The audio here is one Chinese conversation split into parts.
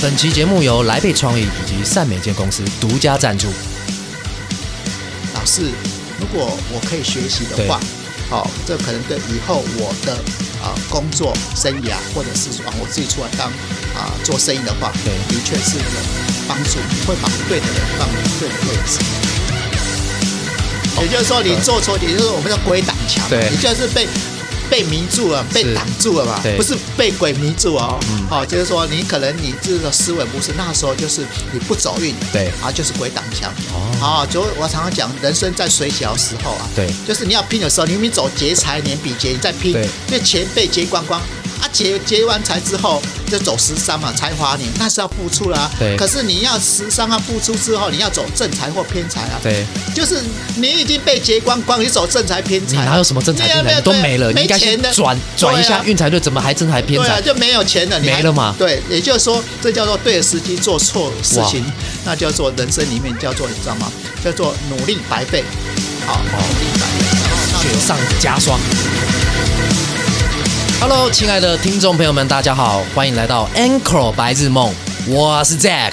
本期节目由来贝创意以及善美健公司独家赞助。老师，如果我可以学习的话，好、这可能对以后我的啊、呃工作生涯，或者是啊我自己出来当啊、做生意的话，对的确是有帮助，会把对的人放对的位置。也就是说，你做错，也就是我们叫鬼挡墙，对你就是被被迷住了，被是挡住了嘛，对嗯不是被鬼迷住哦，哦，就是说你可能你这个思维不是那时候就是你不走运，对啊，就是鬼挡墙，哦，啊，就我常常讲，人生在水小的时候啊，对，就是你要拼的时候，你明明走劫财年比劫，你再拼，对因为钱被劫光光。啊，劫劫完财之后就走十三嘛，财华年那是要付出啦、对可是你要十三啊付出之后，你要走正财或偏财啊。。对，就是你已经被劫光光，你走正财偏你财啊、哪有什么正财对啊偏对啊财都对啊没了，你没应该钱先的转转一对啊下运财对，怎么还正财偏对啊，财？就没有钱了，你还没了嘛对，也就是说，这叫做对的时机做错事情，那叫做人生里面叫做你知道吗？叫做努力白费。好，啊努力白费。然后那雪就上加霜。Hello，亲爱的听众朋友们，大家好，欢迎来到 Anchor 白日梦，我是 Jack。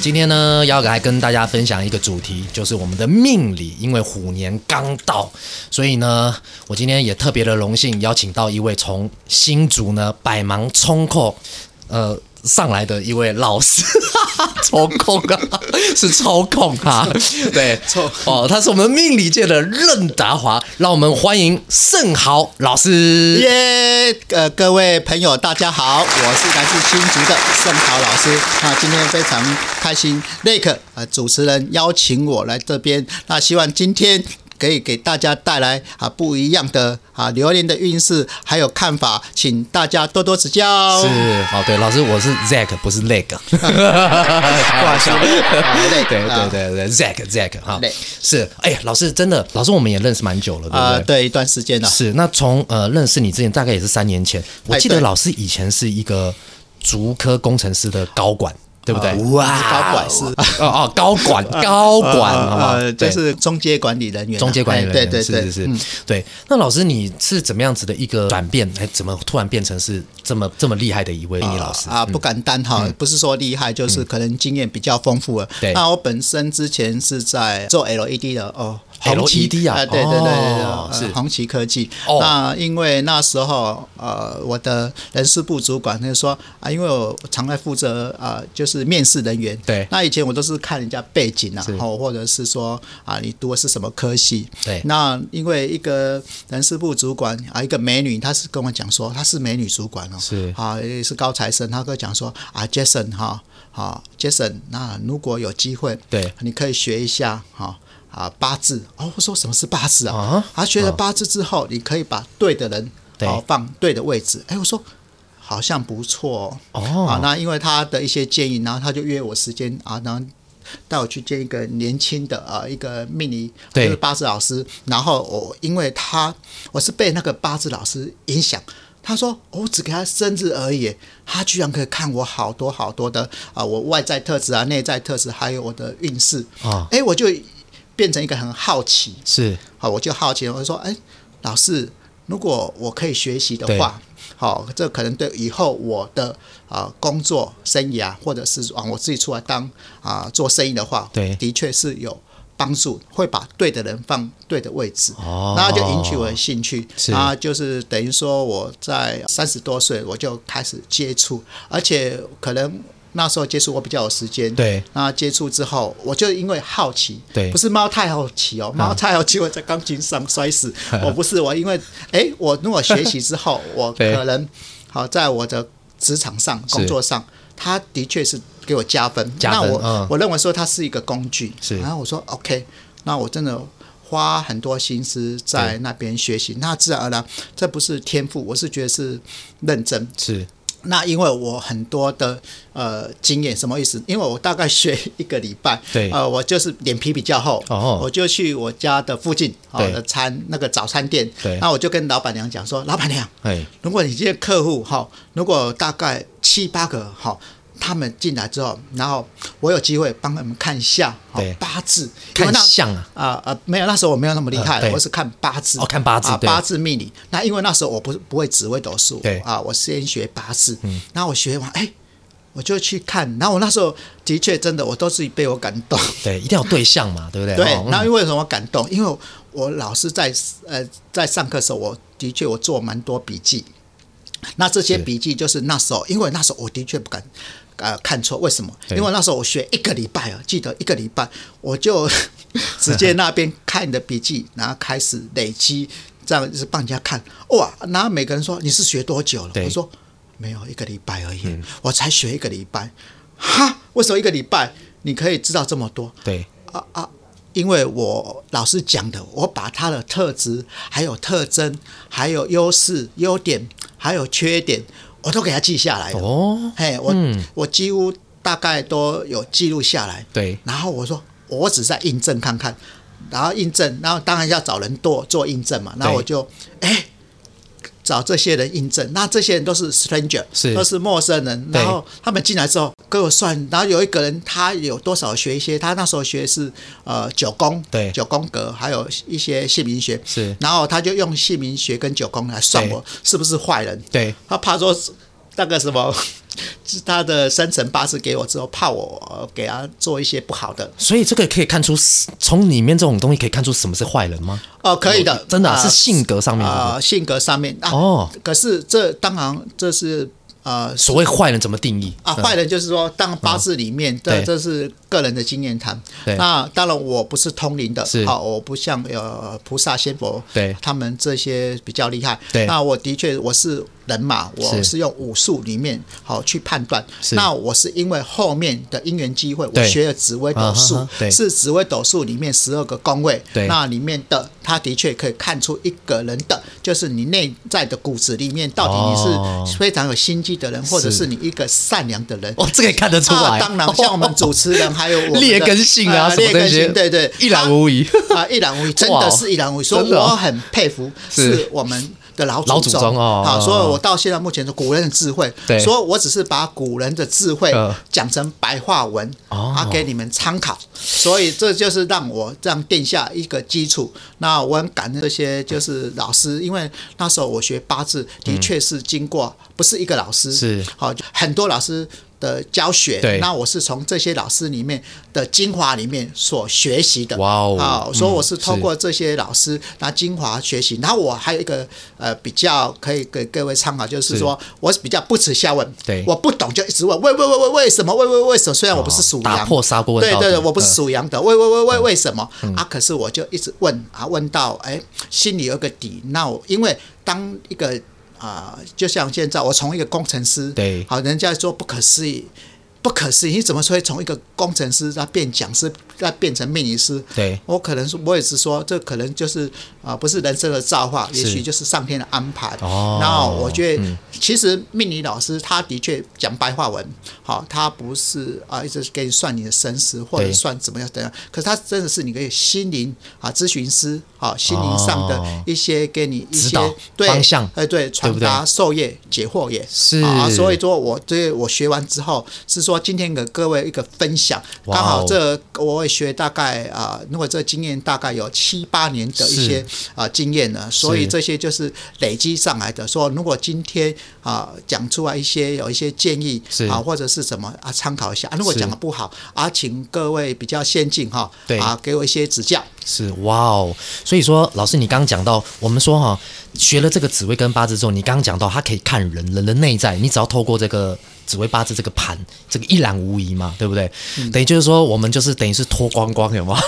今天呢，要来跟大家分享一个主题，就是我们的命理，因为虎年刚到，所以呢，我今天也特别的荣幸邀请到一位从新竹呢百忙冲扣，呃。上来的一位老师， 抽空啊， 是抽空啊，对，抽哦，他是我们命理界的任达华，让我们欢迎盛豪老师。耶，呃，各位朋友，大家好，我是来自新竹的盛豪老师。那今天非常开心，Lake 呃主持人邀请我来这边，那希望今天。可以给大家带来啊不一样的啊流年的运势，还有看法，请大家多多指教。是，哦，对，老师，我是 Zack，不是 Leg，不开好意 思啊对，Leg，对啊对对对，Zack Zack 哈 Leg，是，哎呀，老师真的，老师我们也认识蛮久了，啊、对不对？对，一段时间了。是，那从呃认识你之前，大概也是三年前，我哎记得对老师以前是一个竹科工程师的高管，对不对？啊哇，高管是哦哦，高管高 管，好不好？呃对就是中介管理人员啊，中介管理人哎员，对对是对，是是、对。那老师你是怎么样子的一个转变？哎，怎么突然变成是这么这么厉害的一位英语老师？啊，不敢当哈，不是说厉害，就是可能经验比较丰富了。对那我本身之前是在做 LED 的哦。红旗 LED 啊对对对对对，哦呃是红旗科技。哦那因为那时候呃，我的人事部主管他就说啊，因为我常在负责啊，呃就是面试人员。对那以前我都是看人家背景啊，是然后或者是说啊，你读的是什么科系？对那因为一个人事部主管啊，一个美女，她是跟我讲说她是美女主管哦，是啊，也是高材生，他跟我讲说啊，Jason 哈、好、Jason，那如果有机会，对，你可以学一下哈、啊八字哦。我说什么是八字啊？啊啊，学了八字之后，你可以把对的人对哦放对的位置。哎，我说。好像不错哦，哦啊，那因为他的一些建议，然后他就约我时间啊，然后带我去见一个年轻的啊、呃一个命理对就是八字老师，然后我因为他我是被那个八字老师影响，他说我只给他生日而已，他居然可以看我好多好多的啊、我外在特质啊、内在特质，还有我的运势啊哎、我就变成一个很好奇，是好，我就好奇，我就说，哎，老师，如果我可以学习的对话，好，这可能对以后我的啊、呃工作生涯，或者是啊我自己出来当啊、做生意的话，对的确是有。帮助会把对的人放对的位置，哦那就引起我的兴趣。是啊，就是等于说我在三十多岁我就开始接触，而且可能那时候接触我比较有时间。对，那接触之后，我就因为好奇，对啊不是猫太好奇哦，猫太好奇我在钢琴上 摔死，我不是我，因为哎，我如果学习之后，我对可能好在我的职场上、工作上，它的确是给我加分。加分那我、嗯我认为说它是一个工具，是然后我说 OK，那我真的。花很多心思在那边学习，那自然而然，这不是天赋，我是觉得是认真。是那因为我很多的呃经验，什么意思？因为我大概学一个礼拜，对呃，我就是脸皮比较厚，哦我就去我家的附近好对的餐那个早餐店，对那我就跟老板娘讲说，老板娘，哎如果你这些客户哈、如果大概七八个哈、他们进来之后，然后我有机会帮他们看一下哈、对八字，因为看那相啊，啊啊，没有，那时候我没有那么厉害，呃对我是看八字。哦看八字啊、对八字命理。那因为那时候我不是不会紫微斗数，对啊，我先学八字。嗯，那我学完，哎，我就去看。然后我那时候的确真的，我都是被我感动。对，一定要有对象嘛，对不对？对哦，然后嗯因为什么感动？因为我老师在呃在上课的时候，我的确我做蛮多笔记。那这些是笔记就是那时候，因为那时候我的确不敢呃看错，为什么？对因为那时候我学一个礼拜啊，记得一个礼拜，我就 直接那边看你的笔记，然后开始累积，这样就是帮人家看。哇，然后每个人说你是学多久了？对嗯我说没有一个礼拜而已，我才学一个礼拜。哈，为什么一个礼拜你可以知道这么多？对，啊啊，因为我老师讲的，我把他的特质、还有特征、还有优势、优点、还有缺点，我都给他记下来了。哦，嘿，我、我几乎大概都有记录下来。对然后我说，我只是在印证看看，然后印证，然后当然要找人做做印证嘛。然后我就，哎。找这些人印证，那这些人都是 stranger，是都是陌生人。对然后他们进来之后给我算，然后有一个人他有多少学一些，他那时候学的是呃九宫，对九宫格，还有一些姓名学，是然后他就用姓名学跟九宫来算对我是不是坏人，对，他怕说那个什么， 他的生辰八字给我之后，怕我呃给他做一些不好的。所以这个可以看出，从里面这种东西可以看出什么是坏人吗？哦，可以的，真的啊、呃是性格上面是不是呃性格上面啊。哦，可是这当然这是呃所谓坏人怎么定义啊，坏人就是说，当然八字里面，这嗯对这是个人的经验谈。对那当然我不是通灵的，是啊，我不像呃菩萨、仙佛，对他们这些比较厉害。对那我的确我是人嘛，我是是用武术里面好去判断是。那我是因为后面的因缘机会，我对学了紫微斗啊数哈哈对，是紫微斗数里面十二个宫位，对那里面的他的确可以看出一个人的，就是你内在的骨子里面到底哦你是非常有心机的人，或者是是你一个善良的人。哦，这个也看得出来。啊、当然，像我们主持人还有我们 的劣根性啊呃什么劣这根些性，对对，一览无遗他啊，一览无遗，真的是一览无遗。所以真的哦我很佩服，是是我们的老老祖祖宗哦好，所以我到现在目前是古人的智慧，对所以我只是把古人的智慧呃讲成白话文哦啊，给你们参考。所以这就是让我这样定下一个基础。那我很感恩这些就是老师，因为那时候我学八字的确是经过不是一个老师，嗯是好很多老师的教学，对那我是从这些老师里面的精华里面所学习的。哇哦啊，嗯所以我是通是过这些老师拿精华学习。然后我还有一个呃比较可以给各位参考，就是说我是比较不耻下问，对我不懂就一直问，为为为为为什么？为为为什么？虽然我不是属羊，哦打破砂锅问对到底对对，我不是属羊的，为为嗯为为为什么、啊？可是我就一直问啊，问到哎心里有个底。那我因为当一个啊、就像现在我从一个工程师，对好，人家说不可思议。不可思议，你怎么会从一个工程师，他变讲师，他变成命理师？对我可能是，我也是说，这可能就是啊、不是人生的造化，也许就是上天的安排。哦然后我觉得，其实命理老师他的确讲白话文，好、他不是啊、一直给你算你的生死或者对算怎么样怎样，可是他真的是你的心灵啊咨询师，好、心灵上的哦一些给你一指些导对方向哎、对，传不对达授业解惑也是啊，所以说我对我学完之后是说今天给各位一个分享，哇哦刚好这我也学大概啊、如果这经验大概有七八年的一些啊、经验了，所以是这些就是累积上来的。说如果今天啊、讲出来一些有一些建议是啊或者是什么啊参考一下，啊、如果是讲的不好啊，请各位比较先进哈，对啊给我一些指教。是哇哦，所以说老师，你刚刚讲到，我们说哈、学了这个紫微跟八字之后，你刚刚讲到，它可以看人人的内在，你只要透过这个紫微八字这个盘，这个一览无遗嘛，对不对？等于就是说，我们就是等于是脱光光，有吗？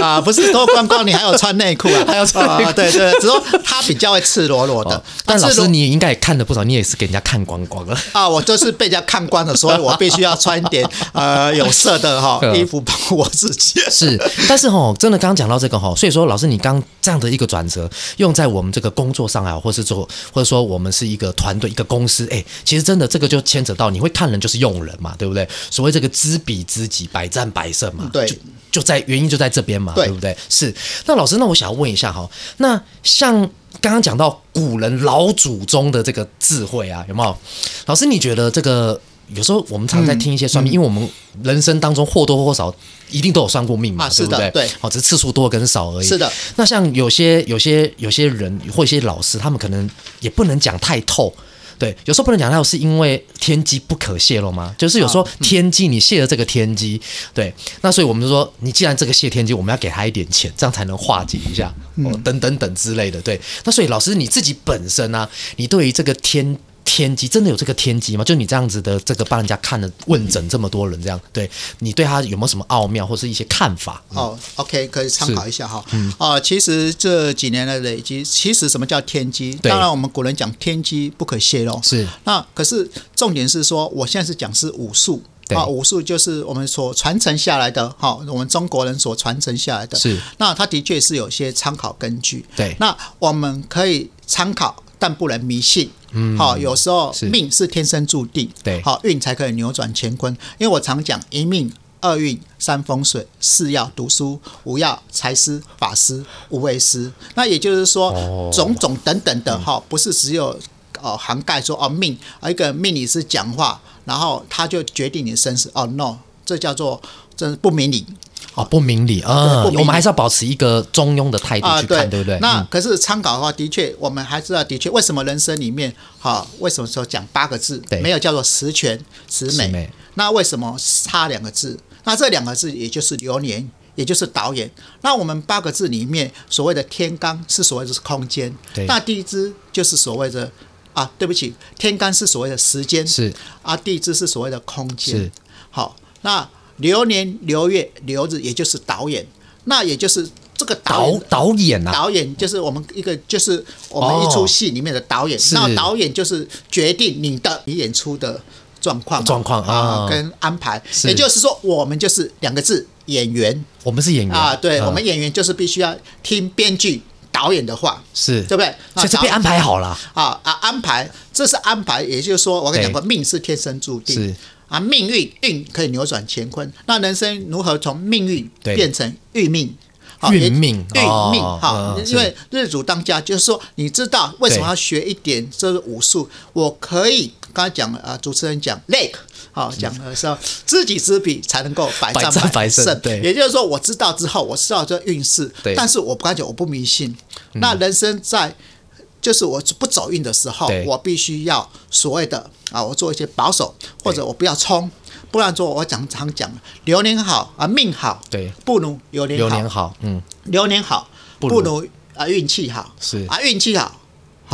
啊，不是脱光光，你还有穿内裤啊，还有 穿内裤啊，对对，只是说他比较会赤裸裸的哦。但啊老赤裸师，你应该也看了不少，你也是给人家看光光了。啊，我就是被人家看光了，所以我必须要穿一 点呃有色的哈、嗯衣服保护我自己。 是，但是吼，真的刚刚讲到这个吼，所以说老师你刚这样的一个转折，用在我们这个工作上啊，或是做，或者说我们是一个团队、一个公司，哎，其实真的这个就牵扯到你会看人就是用人嘛，对不对？所谓这个知彼知己，百战百胜嘛，对就就在原因就在这边嘛，对对不对？是。那老师，那我想要问一下哈，那像。刚刚讲到古人老祖宗的这个智慧啊，有没有？老师，你觉得这个有时候我们常在听一些算嗯命，因为我们人生当中或多或少一定都有算过命嘛。嘛啊对不是的对对，哦，只是次数多跟少而已。是的，那像有些有些有些人或一些老师，他们可能也不能讲太透。对，有时候不能讲到是因为天机不可泄露吗？就是有时候天机你泄了这个天机，对，那所以我们就说，你既然这个泄天机，我们要给他一点钱，这样才能化解一下，哦，等等等之类的，对。那所以老师你自己本身呢、啊，你对于这个天天机真的有这个天机吗？就你这样子的这个帮人家看的问诊这么多人这样，对你对他有没有什么奥妙或是一些看法？哦，OK，可以参考一下哈。嗯哦，其实这几年的累积，其实什么叫天机？对当然，我们古人讲天机不可泄露。是那可是重点是说，我现在是讲是武术。对啊，武术就是我们所传承下来的，哈、我们中国人所传承下来的。是，那它的确是有些参考根据。对那我们可以参考，但不能迷信。嗯，好、有时候是命是天生注定，对好、运才可以扭转乾坤。因为我常讲一命。二运、三风水、四要读书、五要财师、法师、无为师。那也就是说，哦种种等等的哈、不是只有哦涵盖说哦命，而一个命理师讲话，然后他就决定你生死。哦，no，这叫做真是不明理。哦，不明理啊，对不明理我们还是要保持一个中庸的态度啊，去看，对不对？那嗯可是参考的话，的确，我们还知道，的确，为什么人生里面，哈、为什么说讲八个字对，没有叫做十全十美？十美那为什么差两个字？那这两个字也就是流年，也就是导演。那我们八个字里面，所谓的天罡是所谓的空间对，那地支就是所谓的啊，对不起，天罡是所谓的时间，是啊，地支是所谓的空间。是好，那流年、流月、流日，也就是导演，那也就是这个导导导演。演啊，导演就是我们一个，就是我们一出戏里面的导演。哦是那导演就是决定你的你演出的状况嘛、状况啊跟安排。是也就是说，我们就是两个字演员我们是演员啊，对、嗯我们演员就是必须要听编剧导演的话，是对不啊对？所以这那被安排好了，啊啊，安排这是安排，也就是说，我跟你讲过，命是天生注定，是啊，命运运可以扭转乾坤。那人生如何从命运对变成运命？好运也命运哦命，嗯好，嗯因为日主当家，就是说你知道为什么要学一点这个武术？我可以刚才讲了啊，主持人讲 lake，好讲的是知己知彼才能够百嗯百战战百胜胜，对也就是说，我知道之后，我知道这运势对，嗯但是我不敢讲我不迷信。那人生在就是我不走运的时候对，我必须要所谓的啊，我做一些保守，或者我不要冲，不然说我常常讲流年好啊，命好，对不如流年流年好，好，嗯，流年好，不不如如啊运气好，是啊运气好。不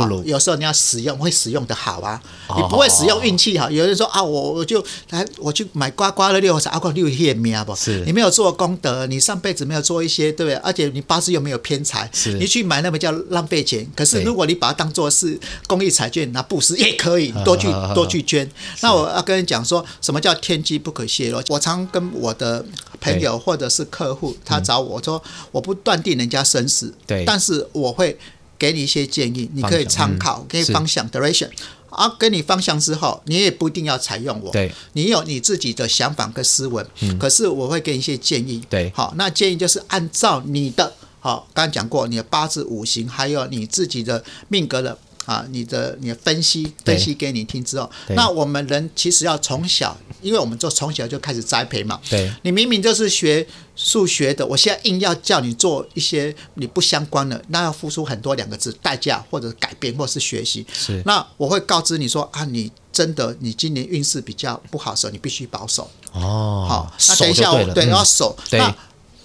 好如有时候你要使用，会使用的好啊，哦你不会使用运气好。有人说啊，我我就来我去买刮刮乐六合彩，啊，刮六叶苗不？是你没有做功德，你上辈子没有做一些，对不对？而且你八字又没有偏财是，你去买那么叫浪费钱。可是对如果你把它当做是公益彩券拿布施也 可以，多去多去捐。那我要跟你讲说，什么叫天机不可泄露？我常跟我的朋友或者是客户，他找我说，我不断定人家生死，嗯对但是我会给你一些建议，你可以方向嗯参考，给你是方向 direction。啊，给你方向之后，你也不一定要采用我，对，嗯你有你自己的想法跟思维，可是我会给你一些建议，对好，那建议就是按照你的，好，刚刚讲过你的八字五行，还有你自己的命格的啊，你的你的分析对分析给你听之后，对那我们人其实要从小，因为我们就从小就开始栽培嘛，对，你明明就是学数学的，我现在硬要叫你做一些你不相关的，那要付出很多两个字代价，或者改变，或是学习。是那我会告知你说啊，你真的你今年运势比较不好的时候，你必须保守。哦，好，那手等一就下我了，对，嗯要守。对那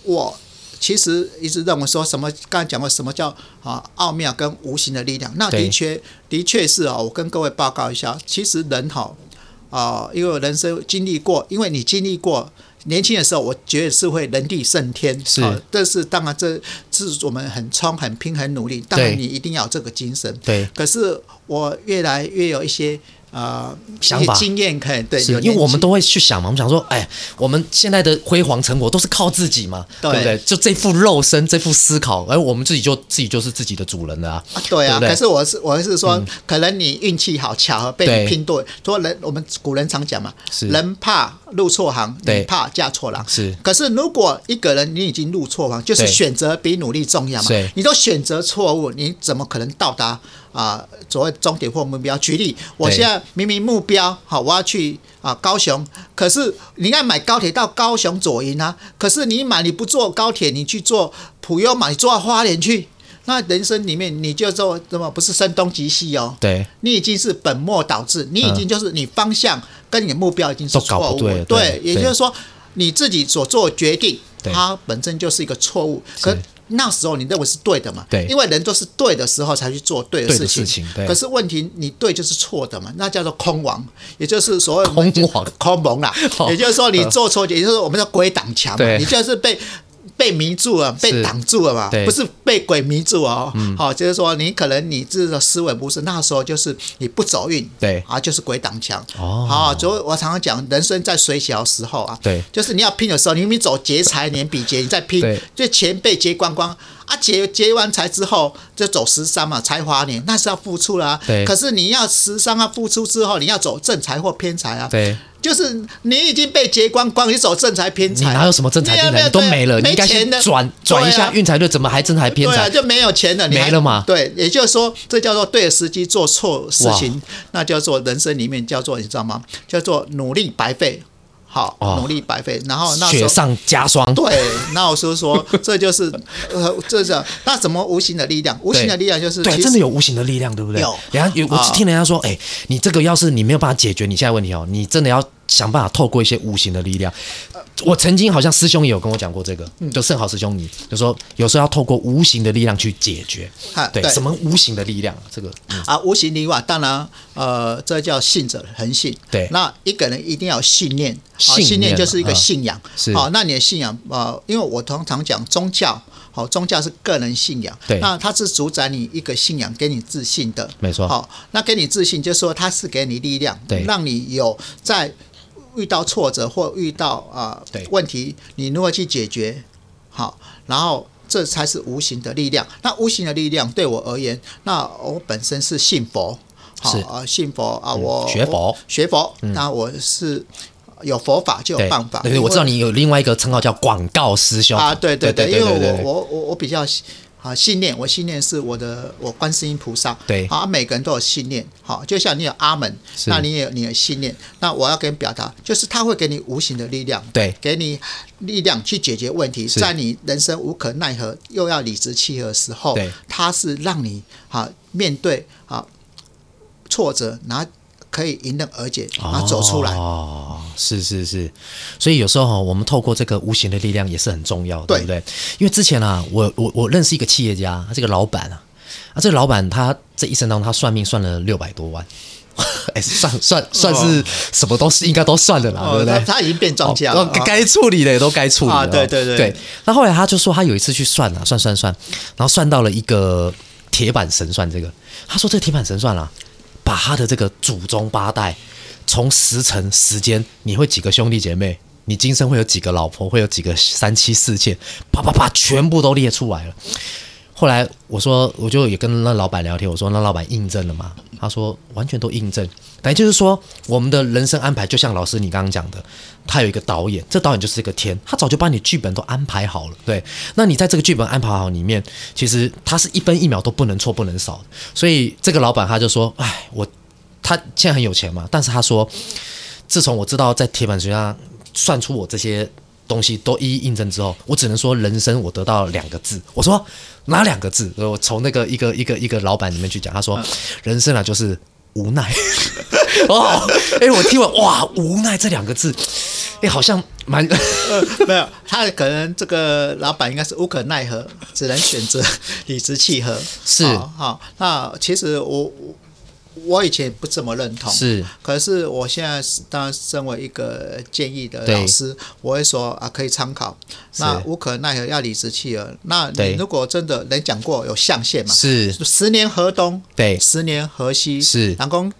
我其实一直认为说什么，刚才讲过什么叫啊奥妙跟无形的力量。那对的确的确是啊，我跟各位报告一下，其实人哈啊、因为我人生经历过，因为你经历过。年轻的时候，我觉得是会人定胜天，是啊这是当然这，这是我们很冲、很拼、很努力。当然，对你一定要有这个精神。对可是我越来越有一些呃想法一些经验，可以对，是有因为我年纪们都会去想嘛，我们想说，哎，我们现在的辉煌成果都是靠自己嘛，对对不对？就这副肉身，这副思考，哎，我们自己就自己就是自己的主人了啊。啊对啊，对不对嗯可是我是我是说，可能你运气好，巧合被对你拼对。说人，我们古人常讲嘛是，人怕入错行，对你怕嫁错郎。是可是如果一个人你已经入错行，就是对选择比努力重要嘛是。你都选择错误，你怎么可能到达啊、所谓终点或目标？举例，我对现在明明目标好，我要去啊、高雄，可是你要买高铁到高雄左营啊，可是你买你不坐高铁，你去坐普悠玛，你坐到花莲去。那人生里面你就做怎么不是声东击西哦？对，你已经是本末倒置，你已经就是你方向跟你的目标已经是都搞不错误对的，对也对就是说你自己所做的决定，对它本身就是一个错误。可是那时候你认为是对的嘛？对因为人都是对的时候才去做对的对的事情。事情对可是问题你对就是错的嘛，那叫做空亡，也就是所谓我们空 亡空蒙啦。哦也就是说你做错，也就是我们叫鬼挡墙嘛，对你就是被。被迷住了，被是挡住了嘛，对嗯不是被鬼迷住哦。好、就是说你可能你这个思维不是那时候就是你不走运，对啊，就是鬼挡墙。哦啊，所以我常常讲，人生在水小时候啊，对就是你要拼的时候，你明明走劫财年比劫，你再拼对，就钱被劫光光啊，劫劫完财之后就走十三嘛，财华年那是要付出啦、对可是你要十三啊付出之后，你要走正财或偏财啊。对。就是你已经被劫光光，你走正财偏你财啊，哪有什么正财偏对啊财？你都对啊没了，你没应该钱先的转转一下对啊运财对，怎么还正财偏对啊，财？就没有钱了，你没还了嘛对，也就是说，这叫做对的时机做错事情，那叫做人生里面叫做你知道吗？叫做努力白费，好，哦努力白费。然后那时雪候。上加霜。对，那我说说，这就是，呃，这是那什么无形的力量？无形的力量就是，对，其真的实有无形的力量，对不对？有人家有，我啊是听人家说，哎、你这个要是你没有办法解决你现在问题哦，你真的要想办法透过一些无形的力量。我曾经好像师兄也有跟我讲过这个，就盛豪师兄你就说，有时候要透过无形的力量去解决。啊对，对什么无形的力量啊？这个啊，无形力量，当然，呃，这叫信者恒信。对那一个人一定要有信念，啊，信念信念就是一个嗯信仰。是好、那你的信仰，呃，因为我通常讲宗教，好、宗教是个人信仰，对那它是主宰你一个信仰，给你自信的，没错好、那给你自信，就是说它是给你力量，对让你有在遇到挫折或遇到啊、呃对问题，你如何去解决，好，然后。这才是无形的力量。那无形的力量对我而言，那我本身是信佛，好是嗯啊，信佛啊，我学佛嗯我学佛，那我是有佛法就有对办法。对，对我知道因为你有另外一个称号叫广告师兄啊，对对对对，对因为对对我对我我我比较信啊信念，我信念是我的我观世音菩萨，对啊，每个人都有信念，好，就像你有阿门，是那你也有你的信念，那我要跟你表达，就是他会给你无形的力量，对给你力量去解决问题，是在你人生无可奈何又要理直气和的时候对，他是让你啊面对啊挫折，然后可以迎刃而解，然后走出来，哦，是是是，所以有时候哈，我们透过这个无形的力量也是很重要，对对不对？因为之前啊，我我我认识一个企业家，他这个老板啊，啊，这个老板他这一生当中，他算命算了六百多万。 哎，算算算是什么都是应该都算的啦，对哦，不他对？他已经变庄家哦了，该啊该处理的也都该处理了、啊对对对对。那后来他就说，他有一次去算啊，算算算，然后算到了一个铁板神算，这个他说这个铁板神算啊，把他的这个祖宗八代从时辰时间，你会几个兄弟姐妹，你今生会有几个老婆，会有几个三妻四妾，啪啪啪，全部都列出来了。后来我说，我就也跟那老板聊天，我说那老板印证了吗？他说完全都印证，等于就是说我们的人生安排，就像老师你刚刚讲的，他有一个导演，这导演就是一个天，他早就把你剧本都安排好了。对，那你在这个剧本安排好里面，其实他是一分一秒都不能错不能少的。所以这个老板他就说，哎，我他现在很有钱嘛，但是他说，自从我知道在铁板学上算出我这些东西都一一印证之后，我只能说人生我得到了两个字。我说哪两个字？我从那个一个一个一个老板里面去讲，他说嗯人生啊就是无 奈。哦，哎、我听完哇，无奈这两个字，哎、好像 蛮没有，他可能这个老板应该是无可奈何，只能选择理直气和。是好、好那其实我我我以前不这么认同，是可是我现在是当然身为一个建议的对老师，我会说啊，可以参考。那无可奈何要理直气和。那对你如果真的人讲过有象限嘛，是十年河东，对十年河西，是然后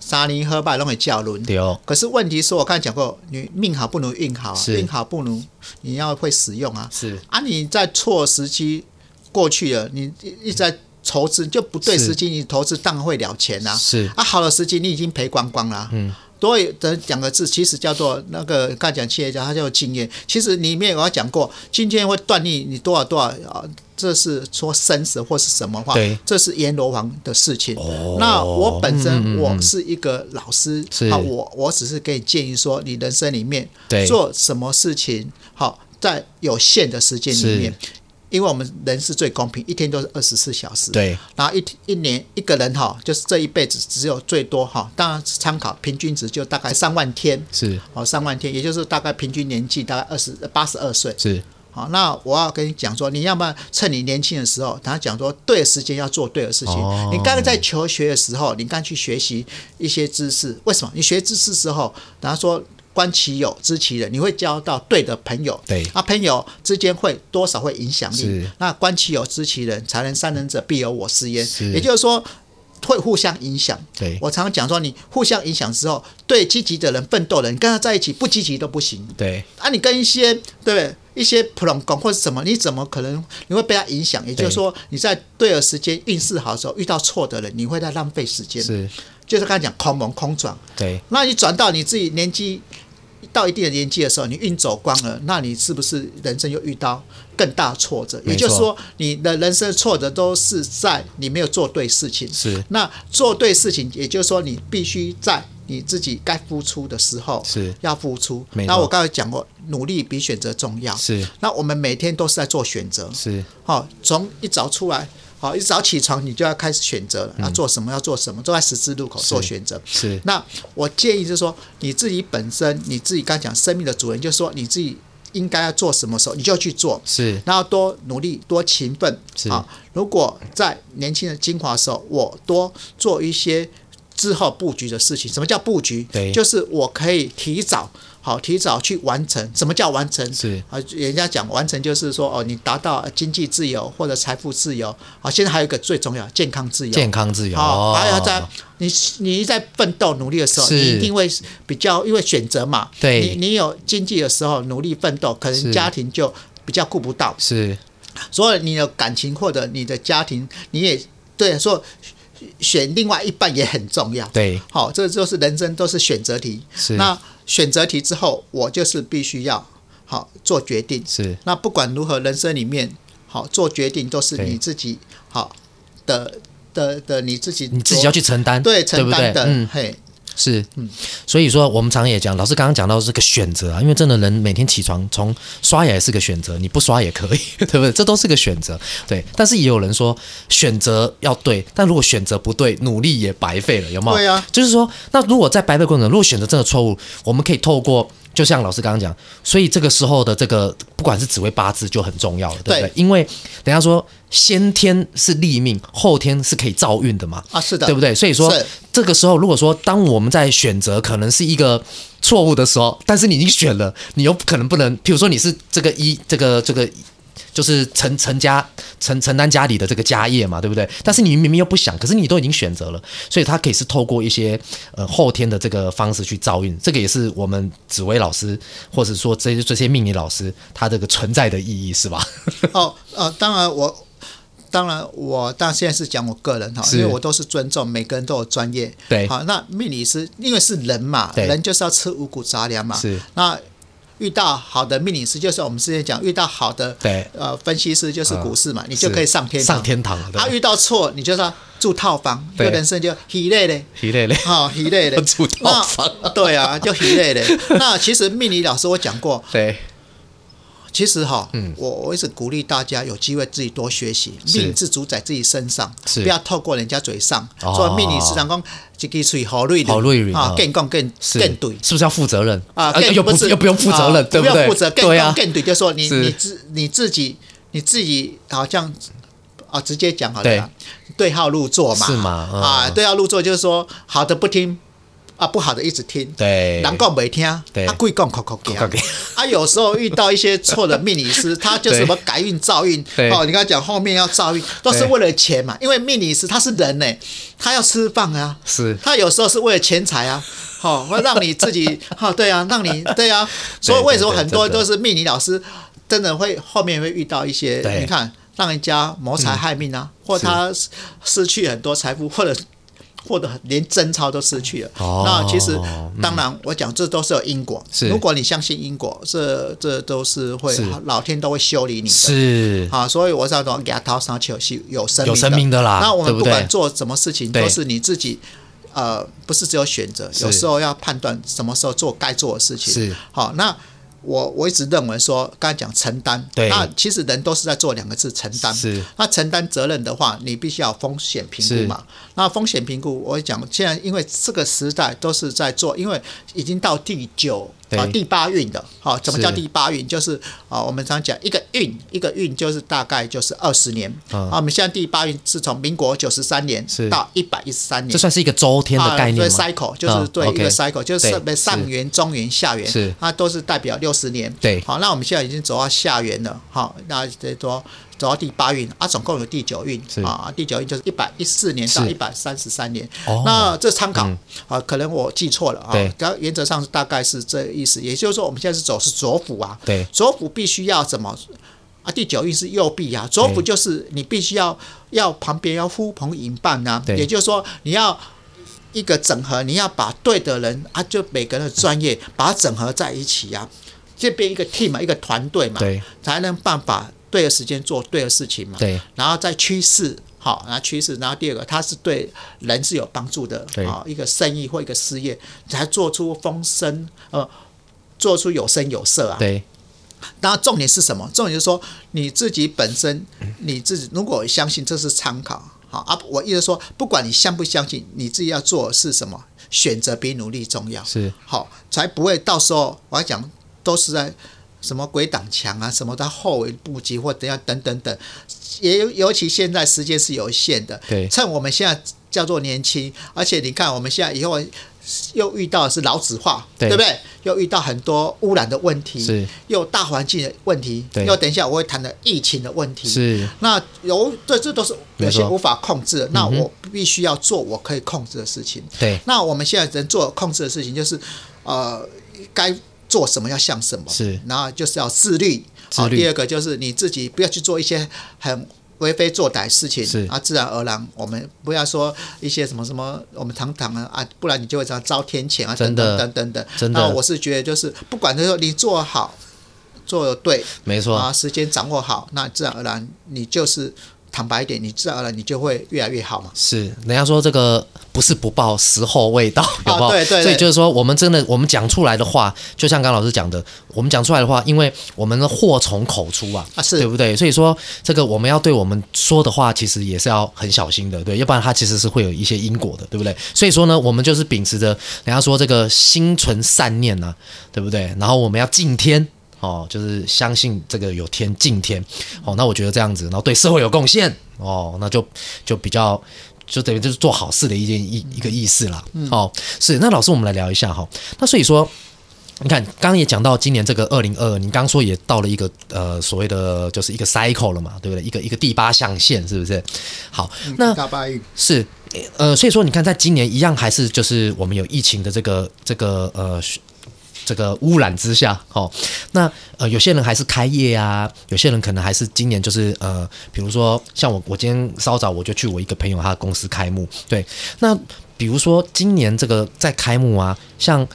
三年河北拢会叫轮，对哦，可是问题是我刚才讲过，你命好不如运好啊，是运好不如你要会使用啊。是啊，你在错时期过去了，你一一直在投资就不对是时机，你投资当然会了钱啊。是啊，好的时机你已经赔光光啦、嗯。所以这两个字其实叫做那个刚才讲企业家，他叫做经验。其实里面我要讲过，今天会断定你多少多少啊，这是说生死或是什么话对，这是阎罗王的事情。哦嗯那我本嗯嗯身嗯我是一个老师，是啊，我我只是给你建议说，你人生里面对做什么事情好，在有限的时间里面。因为我们人是最公平，一天都是二十四小时。对，然后一一年一个人哈，就是这一辈子只有最多哈，当然是参考平均值就大概三万天，是哦，三万天，也就是大概平均年纪大概二十八十二岁。是，好，那我要跟你讲说，你要么趁你年轻的时候，然后讲说对的时间要做对的事情。哦你刚刚在求学的时候，你刚去学习一些知识，为什么？你学知识时候，然后说观其友，知其人，你会交到对的朋友。对啊，朋友之间会多少会影响力是。那观其友，知其人，才能三人者必有我师焉是。也就是说。会互相影响。对我常常讲说，你互相影响之后，对积极的人、奋斗的人，跟他在一起不积极都不行。对，啊，你跟一些对不对？一些普朗工或者什么，你怎么可能你会被他影响？也就是说，你在对的时间运势好的时候遇到错的人，你会在浪费时间。，是，就是刚才讲空蒙空转，对，那你转到你自己年纪到一定的年纪的时候，你运走光了，那你是不是人生又遇到更大挫折？没错也就是说，你的人生的挫折都是在你没有做对事情。是那做对事情，也就是说，你必须在你自己该付出的时候是要付出没。错那我刚才讲过，努力比选择重要。是那我们每天都是在做选择。是，好、从一早出来，好、一早起床，你就要开始选择了，要做什么，要做什么，都在十字路口做选择。嗯是那我建议就是说，你自己本身，你自己刚讲生命的主人，就是说你自己应该要做什么时候，你就去做。是然后多努力，多勤奋是啊！如果在年轻的精华的时候，我多做一些之后布局的事情。什么叫布局？对就是我可以提早好提早去完成。什么叫完成？是啊，人家讲完成就是说哦，你达到经济自由或者财富自由。好，现在还有一个最重要，健康自由。健康自由，哦好，还有在你你在奋斗努力的时候，你是一定会比较，因为选择嘛，对你你有经济的时候努力奋斗，可是能家庭就比较顾不到，是所以你的感情或者你的家庭，你也对，所以选另外一半也很重要。对好，这就是人生都是选择题。是那选择题之后，我就是必须要好做决定。是那不管如何，人生里面好做决定都是对你自己好的的的你自己你自己要去承担，对对承不担对？的，嗯，嘿，是，嗯所以说我们常也讲，老师刚刚讲到这个选择啊，因为真的人每天起床从刷牙也是个选择，你不刷也可以， 对不对？这都是个选择，对。但是也有人说选择要对，但如果选择不对，努力也白费了，有没有？对啊就是说，那如果在白费过程中，如果选择真的错误，我们可以透过。就像老师刚刚讲，所以这个时候的这个不管是紫微八字就很重要了，对不对？对因为等一下说先天是立命，后天是可以造运的嘛，啊，是的，对不对？所以说是，这个时候如果说当我们在选择可能是一个错误的时候，但是你已经选了，你又可能不能，譬如说你是这个一这个这个。就是承承家承承担家里的这个家业嘛，对不对？但是你明明又不想，可是你都已经选择了，所以它可以是透过一些呃后天的这个方式去造运，这个也是我们紫薇老师或者说这些这些命理老师他这个存在的意义是吧？哦，呃，当然我。当然我，当然现在是讲我个人哈，是因为我都是尊重每个人都有专业。对好，那命理师因为是人嘛，对人就是要吃五谷杂粮嘛。是。那遇到好的命理师，就是我们之前讲遇到好的对呃分析师，就是股市嘛，你就是可以上天堂。上天堂了，啊，对遇到错你就是要住套房，对就人生就疲累嘞。疲累累，好，疲累嘞， 住套房那对啊，就疲累嘞。那其实命理老师我讲过，对，其实哈，我我一直鼓励大家有机会自己多学习，嗯是命是主宰自己身上，是不要透过人家嘴上。哦所以命理时常讲，一个嘴好累的，好累的啊啊，更讲更是更对。是不是要负责任啊，呃更又不是又不用负责任，啊对不对？用负责，更对啊更，更对，就说你是你自你自己你自己好像啊，直接讲好了对啦，对号入座嘛，是嘛嗯啊，对号入座就是说好的不听啊，不好的一直听，对，人讲没听，啊对鬼讲口口口口讲叫。 啊，有时候遇到一些错的命理师，他就对什么改运、造运，对哦，你刚才讲后面要造运，都是对为了钱嘛，因为命理师他是人呢、他要吃饭啊，是他有时候是为了钱 财啊。好、会让你自己，好、对啊，让你对啊，所以为什么对对很多真的都是命理老师，真的会后面会遇到一些，对嗯你看让人家谋财害命啊，或他失失去很多财富，或者或者连贞操都失去了。哦那其实嗯当然，我讲这都是有因果。是如果你相信因果，这这都是会是老天都会修理你的。是啊，所以我想讲，给他掏上球是有生有生命的啦那我对们不不管对做什么事情，对都是你自己，呃，不是只有选择，有时候要判断什么时候做该做的事情。是好，那我我一直认为说，刚才讲承担，对那其实人都是在做两个字承担。是，那承担责任的话，你必须要有风险评是估嘛。那风险评估，我会讲现在因为这个时代都是在做，因为已经到第九对啊第八运的，好、怎么是叫第八运？就是啊，我们常讲一个运，一个运就是大概就是二十年。嗯啊，我们现在第八运是从民国九十三年是到一百一十三年，这算是一个周天的概念啊、吗？对，cycle 就是对、嗯，OK 一个 cycle，就是对上上元、中元、下元，是它都是代表六十年。对好，那我们现在已经走到下元了，好，那再说走到第八运啊，总共有第九运是啊，第九运就是一百一四年到是一百三十三年。哦那这参考、啊，可能我记错了啊对，然后原则上大概是这个意思，也就是说我们现在是走是左辅啊，对左辅必须要怎么？啊，第九运是右臂啊，左辅对就是你必须要要旁边要呼朋引伴呐、对也就是说你要一个整合，你要把对的人啊，就每个人的专业把它整合在一起啊，这边一个 team 嘛一个团队嘛，对才能办法对的时间做对的事情嘛，对，然后再趋势。好，然后趋势，然后第二个，它是对人是有帮助的，对啊、一个生意或一个事业，才做出风声，呃，做出有声有色啊，对那重点是什么？重点就是说你自己本身，你自己如果相信这是参考，好啊，我意思说，不管你相不相信，你自己要做的是什么，选择比努力重要，是好，才不会到时候我要讲都是在什么鬼挡墙啊，什么在后尾布局或等下等等等，也有尤其现在时间是有限的，对趁我们现在叫做年轻，而且你看我们现在以后又遇到的是老子化，对对不对？又遇到很多污染的问题，是又有大环境的问题对，又等一下我会谈的疫情的问题。是那有这这都是有没些错嗯无法控制的，那我必须要做我可以控制的事情。对那我们现在能做控制的事情就是，呃，该做什么要像什么，是然后就是要自律。哦自律第二个就是你自己不要去做一些很为非作歹的事情，是啊，自然而然我们不要说一些什么什么，我们常常啊，不然你就会常遭天谴啊，真等的等等等等。真的那我是觉得就是不管就是说你做好，做得对，没错啊，时间掌握好，那自然而然你就是坦白一点，你自然而然你就会越来越好嘛。是，人家说这个不是不报，时候未到，有没有？哦对对所以对就是说，我们真的，我们讲出来的话，就像刚刚老师讲的，我们讲出来的话，因为我们的祸从口出啊，啊是对不对？所以说，这个我们要对我们说的话，其实也是要很小心的，对，要不然它其实是会有一些因果的，对不对？所以说呢，我们就是秉持着人家说这个心存善念呐、啊对不对？然后我们要敬天。哦，就是相信这个有天敬天，哦，那我觉得这样子，然后对社会有贡献，哦，那就就比较就等于就是做好事的一件一一个意思啦。哦，是那老师，我们来聊一下哈、那所以说，你看，刚刚也讲到今年这个二零二，你刚说也到了一个呃所谓的就是一个 cycle 了嘛，对不对？一个一个第八象限是不是？好，那大八运是，呃，所以说你看，在今年一样还是就是我们有疫情的这个这个呃这个污染之下，哦，那呃有些人还是开业啊，有些人可能还是今年就是呃，比如说像我，我今天稍早我就去我一个朋友他的公司开幕，对，那比如说今年这个在开幕啊，像。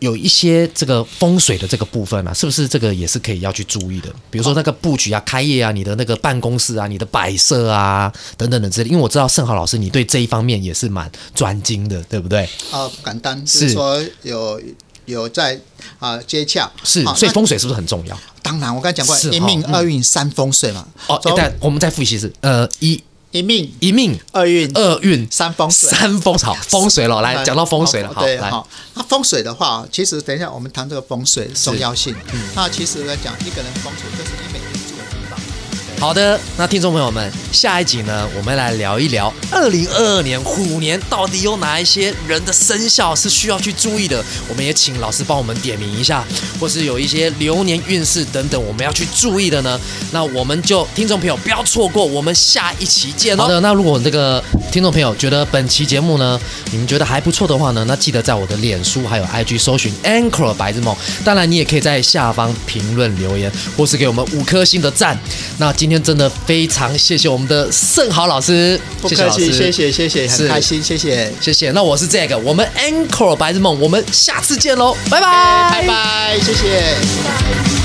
有一些这个风水的这个部分啊，是不是这个也是可以要去注意的？比如说那个布局啊、开业啊、你的那个办公室啊、你的摆设啊等等的之类。因为我知道盛豪老师你对这一方面也是蛮专精的，对不对？啊，不敢当，是就是说有有在啊接洽，是，好所以那风水是不是很重要？当然我刚才讲过是，一哈命嗯二运三风水嘛，哦，从但我们再复习一次，呃，一一命一命二运二运三风水。三风好，风水了，来嗯讲到风水了，好，对来，好。那风水的话，其实等一下我们谈这个风水的重要嗯性。那其实来讲，一个人风水就是你每天住的地方。好的，那听众朋友们，下一集呢，我们来聊一聊二零二二年虎年到底有哪一些人的生肖是需要去注意的。我们也请老师帮我们点名一下，或是有一些流年运势等等，我们要去注意的呢。那我们就听众朋友不要错过，我们下一期见哦。好的，那如果这个听众朋友觉得本期节目呢，你们觉得还不错的话呢，那记得在我的脸书还有 IG 搜寻 Anchor 白日梦，当然你也可以在下方评论留言，或是给我们五颗星的赞。那今天真的非常谢谢我们的盛豪老师，不谢谢客老师，气，谢谢谢谢，是很开心，谢谢，谢谢。那我是这个，我们 Anchor 白日梦，我们下次见喽，拜拜，哎拜拜，谢「君の谢。声が聞こえる」